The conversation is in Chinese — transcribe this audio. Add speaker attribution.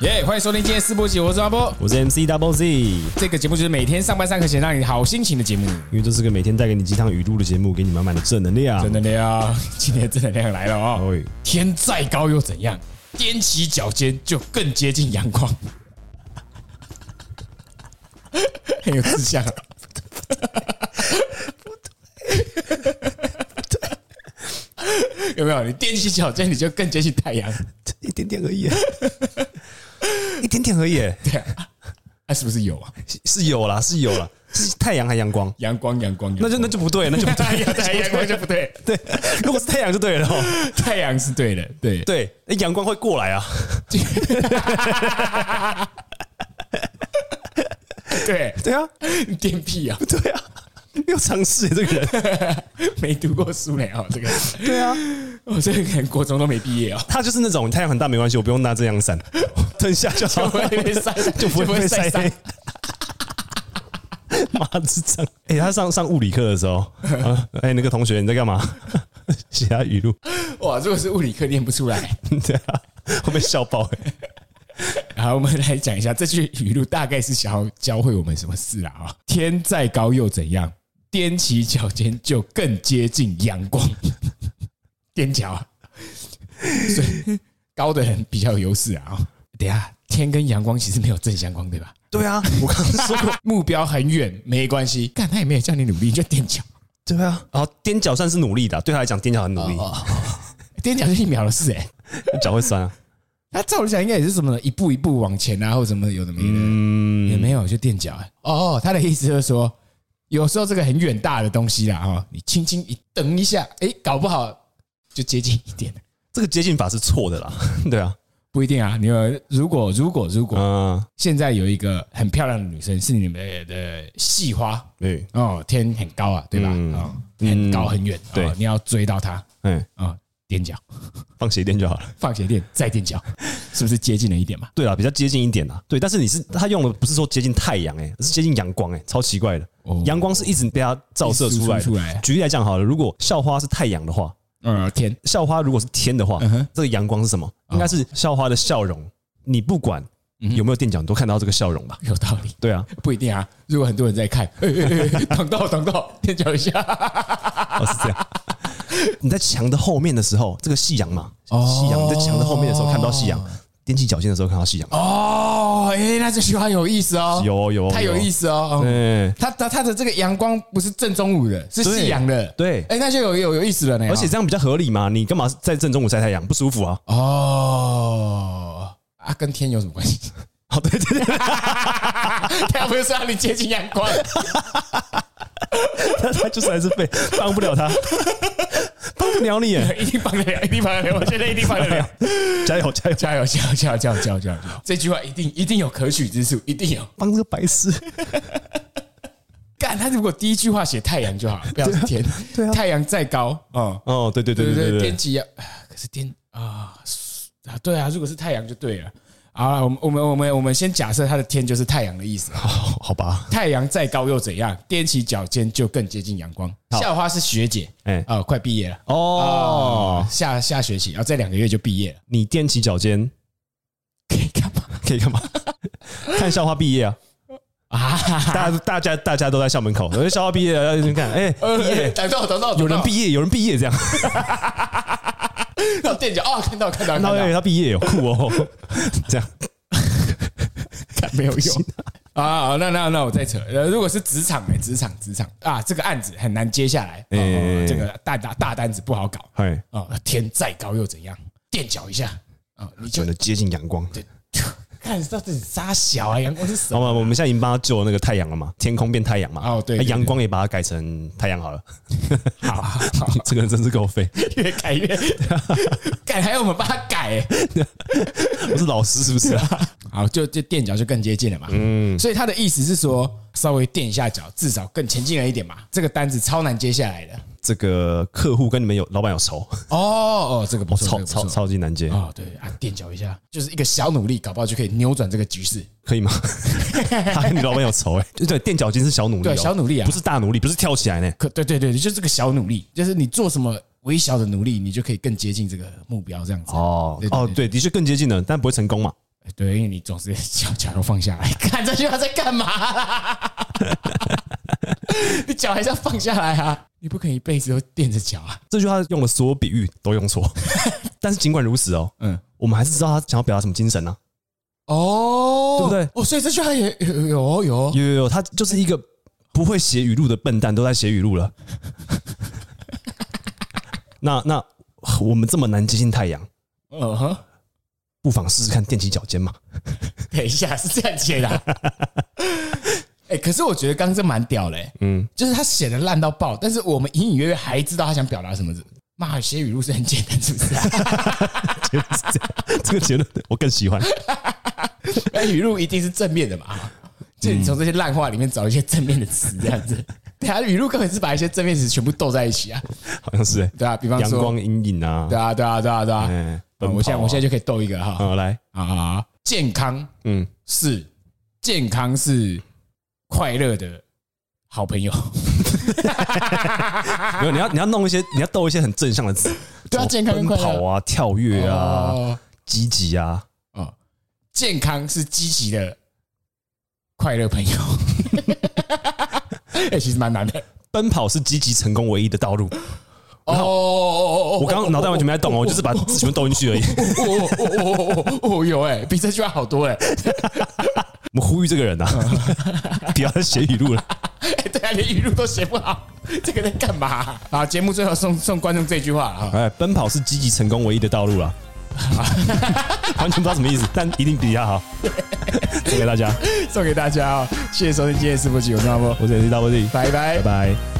Speaker 1: 耶欢迎收听今天四波集，我是阿波。
Speaker 2: 我是 MC Double Z，因
Speaker 1: 这个节目就是每天上班上课前让你好心情的节目，
Speaker 2: 为这是个每天带给你鸡汤语录的节目，给你满满的正能量。
Speaker 1: 正能量， 今天正能量来了哦！
Speaker 2: 哎，
Speaker 1: 天再高又怎样？踮起脚尖就更接近阳光， 很有志向啊。 有没有？你踮起脚尖，你就更接近太阳，
Speaker 2: 一点点而已， 一点点而已，
Speaker 1: 对啊？那、是不是有啊？
Speaker 2: 是有啦，是有啦，是太阳还阳光，
Speaker 1: 阳光，阳光，阳
Speaker 2: 那就那就不 对，那就不
Speaker 1: 光
Speaker 2: 对，
Speaker 1: 太阳光就不 对，
Speaker 2: 对，如果是太阳就对了哦，
Speaker 1: 太阳是对的，对
Speaker 2: 对，那阳光会过来啊，
Speaker 1: 对，
Speaker 2: 对啊，
Speaker 1: 你电屁啊！
Speaker 2: 对啊，没有尝试这个人，
Speaker 1: 没读过书呢哦，这个
Speaker 2: 对啊，
Speaker 1: 我、这个人国中都没毕业哦，
Speaker 2: 他就是那种太阳很大没关系，我不用拿遮阳伞，撑一下 就好
Speaker 1: 就不会被晒，
Speaker 2: 就不会被晒黑。 妈智障！哎、他上上物理课的时 候，啊哎、那个同学你在干嘛？ 写他语录，
Speaker 1: 哇，如果是物理课念不出来，
Speaker 2: 对啊，会被笑爆、哎
Speaker 1: 好，我们来讲一下这句语录，大概是想要教会我们什么事啦？啊？天再高又怎样？踮起脚尖就更接近阳光。 踮脚啊，所以高的人比较有优势啊、哦。等一下，天跟阳光其实没有正相关，对吧？
Speaker 2: 对啊，我刚刚 说过，
Speaker 1: 目标很远没关系，但他也没有叫你努力，你就踮脚，
Speaker 2: 对啊。哦然后踮脚算是努力的啊、对他来讲踮脚很努力，
Speaker 1: 踮脚就一秒的事哎、
Speaker 2: 脚会 酸啊。
Speaker 1: 那照理讲应该也是什么一步一步往前啊，或什么有的没的，
Speaker 2: 嗯
Speaker 1: 也没有就垫脚、欸。哦，他的意思就是说，有时候这个很远大的东西啦，哦，你轻轻一蹬一下，哎、搞不好就接近一点了
Speaker 2: 这个接近法是错的 啦，对啊，
Speaker 1: 不一定啊，你有如果如果如果、
Speaker 2: 嗯，
Speaker 1: 现在有一个很漂亮的女生是你们的系花
Speaker 2: 对，
Speaker 1: 哦，天很高啊，对吧？
Speaker 2: 嗯
Speaker 1: 哦，很高很远，
Speaker 2: 对
Speaker 1: 哦，你要追到她
Speaker 2: 哎、
Speaker 1: 哦，踮脚，
Speaker 2: 放斜点就好了。
Speaker 1: 放鞋垫再踮脚，是不是接近了一点嘛？
Speaker 2: 对啊，比较接近一点啦。对，但是你是他用的不是说接近太阳，哎，是接近阳光，哎，超奇怪的
Speaker 1: 哦。
Speaker 2: 阳光是一直被它照射出来
Speaker 1: 一直输出出来
Speaker 2: 的。举例来讲好了，如果校花是太阳的话，
Speaker 1: 嗯，天，
Speaker 2: 校花如果是天的话
Speaker 1: 嗯哼，嗯
Speaker 2: 这个阳光是什么？应该是校花的笑容。你不管有没有垫脚，你都看到这个笑容吧？
Speaker 1: 有道理。
Speaker 2: 对啊，
Speaker 1: 不一定啊，如果很多人在看， 欸欸欸挡到挡到，垫脚一下，
Speaker 2: 哦是这样。你在墙的后面的时候，这个夕阳嘛，
Speaker 1: 哦
Speaker 2: 夕阳你在墙的后面的时候看不到夕阳，踮起脚尖的时候看到夕阳。
Speaker 1: 哦，哎、那这句话有意思哦，
Speaker 2: 有哦有哎哦
Speaker 1: 太有意思哦。嗯
Speaker 2: 对，
Speaker 1: 他他他的这个阳光不是正中午的，是
Speaker 2: 对
Speaker 1: 夕阳的，
Speaker 2: 对
Speaker 1: 哎、那就有有有意思了呢。
Speaker 2: 而且这样比较合理嘛？你干嘛在正中午晒太阳？不舒服啊？
Speaker 1: 哦，啊，跟天有什么关 系？
Speaker 2: 哦，对对 对，
Speaker 1: 他不是让你接近阳光，
Speaker 2: 他就是还是 被帮不了他，帮不了你耶！
Speaker 1: 一定帮得了，一定帮得了，我觉得一定帮得了。
Speaker 2: 加油加 油！
Speaker 1: 加油，加油，加油，加油，加油，加油！这句话一定一定有可取之处，一定有。
Speaker 2: 帮这个白痴，
Speaker 1: 干，他如果第一句话写太阳就好，不要是天。
Speaker 2: 对啊
Speaker 1: 太阳再高，哦，
Speaker 2: 哦，对对对
Speaker 1: 对
Speaker 2: 对
Speaker 1: 对
Speaker 2: 对
Speaker 1: 天
Speaker 2: 对，
Speaker 1: 气要， 啊可是天啊是啊，对啊，如果是太阳就对了。好了，我们我们我们我们先假设它的天就是太阳的意 思。
Speaker 2: 好 好吧，
Speaker 1: 太阳再高又怎样？踮起脚尖就更接近阳光。
Speaker 2: 好
Speaker 1: 校花是学姐，
Speaker 2: 哎
Speaker 1: 哦，快毕业了。
Speaker 2: 哦，
Speaker 1: 下下学期，然后再两个月就毕业了，
Speaker 2: 你踮起脚尖
Speaker 1: 可以干嘛
Speaker 2: 可以 干嘛？看校花毕业啊！
Speaker 1: 啊？
Speaker 2: 大家大家大家都在校门口，而校花毕业了，要去
Speaker 1: 呃
Speaker 2: 看，哎，毕业，
Speaker 1: 等到等到
Speaker 2: 有人毕业，有人毕业，这样，
Speaker 1: 业，店长啊，看到看到看
Speaker 2: 然
Speaker 1: 到
Speaker 2: 后，哎他毕业有酷哦， 这样
Speaker 1: 看没有用 啊！好那那那我再扯，呃，如果是职场哎，职场职场啊，这个案子很难接下来，哦
Speaker 2: 哎
Speaker 1: 这个大大大单子不好搞。
Speaker 2: 哎，
Speaker 1: 哦，天再高又怎样？垫脚一下啊、哦，你就
Speaker 2: 真的接近阳光，
Speaker 1: 对，看到底杀小啊，阳光是什
Speaker 2: 好
Speaker 1: 么？
Speaker 2: 嘛，我们现在已经帮他救那个太阳了嘛，天空变太阳嘛。
Speaker 1: 哦对对
Speaker 2: 那
Speaker 1: 对
Speaker 2: 阳光也把它改成太阳好了。
Speaker 1: 好好，好
Speaker 2: 这个人真是够废，
Speaker 1: 越改 越改，还要我们帮他改、欸
Speaker 2: 我是老师是不是啊？
Speaker 1: 好，就就垫脚就更接近了嘛。嗯，所以他的意思是说，稍微垫一下脚，至少更前进了一点嘛。这个单子超难接下来的。
Speaker 2: 这个客户跟你们有老板有仇，
Speaker 1: 哦哦，这个不
Speaker 2: 我
Speaker 1: 错，这个
Speaker 2: 超
Speaker 1: 不
Speaker 2: 超
Speaker 1: 错。
Speaker 2: 超级难接，
Speaker 1: 哦，对啊，垫脚一下，就是一个小努力，搞不好就可以扭转这个局势。
Speaker 2: 可 以吗？他跟你老板有 仇哎，对对，垫脚筋是小努力哦，
Speaker 1: 对小努力啊
Speaker 2: 不是大努力，不是跳起来呢。
Speaker 1: 可对对对，就是这个小努力，就是你做什么微小的努力，你就可以更接近这个目标，这样子。
Speaker 2: 哦
Speaker 1: 对对
Speaker 2: 哦，
Speaker 1: 对
Speaker 2: 对，的确更接近了，但不会成功嘛。
Speaker 1: 对，因为你总是 脚脚都放下来，看这句话在干嘛啦？ 你脚还是要放下来啊，你不可以一辈子都垫着脚啊。
Speaker 2: 这句话用的所有比喻都用 错，但是尽管如此哦，
Speaker 1: 嗯，
Speaker 2: 我们还是知道他想要表达什么精神啊呢、
Speaker 1: 哦，
Speaker 2: 对不对
Speaker 1: 哦，所以这句话也有有有
Speaker 2: 有有有，他就是一个不会写语录的笨蛋，都在写语录了。 那那我们这么难接近太阳，
Speaker 1: 嗯哼，
Speaker 2: 不妨试试看踮起脚 尖嘛。
Speaker 1: 等一下是这样接的啊。 哎、可是我觉得刚刚这蛮屌嘞、
Speaker 2: 嗯，
Speaker 1: 就是他写的烂到爆，但是我们隐隐约约还知道他想表达什么。骂写语录是很简单，是不是、啊？
Speaker 2: 结论是这样，这个结论我更喜欢。
Speaker 1: 那语录一定是正面的嘛？ 就你从这些烂话里面找一些正面的词，这样
Speaker 2: 嗯
Speaker 1: 子。 对啊，语录根本是把一些正面词全部斗在一起啊，
Speaker 2: 好像是哎、
Speaker 1: 对啊，比方
Speaker 2: 阳
Speaker 1: 说，
Speaker 2: 光阴影啊，
Speaker 1: 对啊，对啊，对啊，对啊。
Speaker 2: 哎
Speaker 1: 啊我现在我现在就可以斗一个哈，
Speaker 2: 好来，
Speaker 1: 啊啊啊，健康
Speaker 2: 嗯，
Speaker 1: 是健康是快乐的好朋友。
Speaker 2: 没有你要你要弄一些你要斗一些很正向的词，
Speaker 1: 啊对啊
Speaker 2: 什么
Speaker 1: 健康跟
Speaker 2: 奔
Speaker 1: 快乐
Speaker 2: 跑啊，跳跃啊，
Speaker 1: 哦，
Speaker 2: 积极啊，
Speaker 1: 哦健康是积极的快乐 朋友。哎、其实蛮难的。
Speaker 2: 奔跑是积极成功唯一的道路。
Speaker 1: 哦，哦
Speaker 2: 我刚刚脑袋完全没在动哦，我就是把全部兜进去而已。
Speaker 1: 哦哦哦哦哦有哎、比这句话好多哎、
Speaker 2: 我们呼吁这个人 呐、啊，不要再写语录了。
Speaker 1: 哎，对啊，连语录都写不好，这个在干嘛啊？好节目最后送送观众这句话啊，
Speaker 2: 哎，奔跑是积极成功唯一的道 路啦。完全不知道什么意思，但一定比他好。送给大家，
Speaker 1: 送给大家啊、谢谢收听今天的直播集，我是阿波，
Speaker 2: 我是 N C W D，
Speaker 1: 拜拜
Speaker 2: 拜。拜。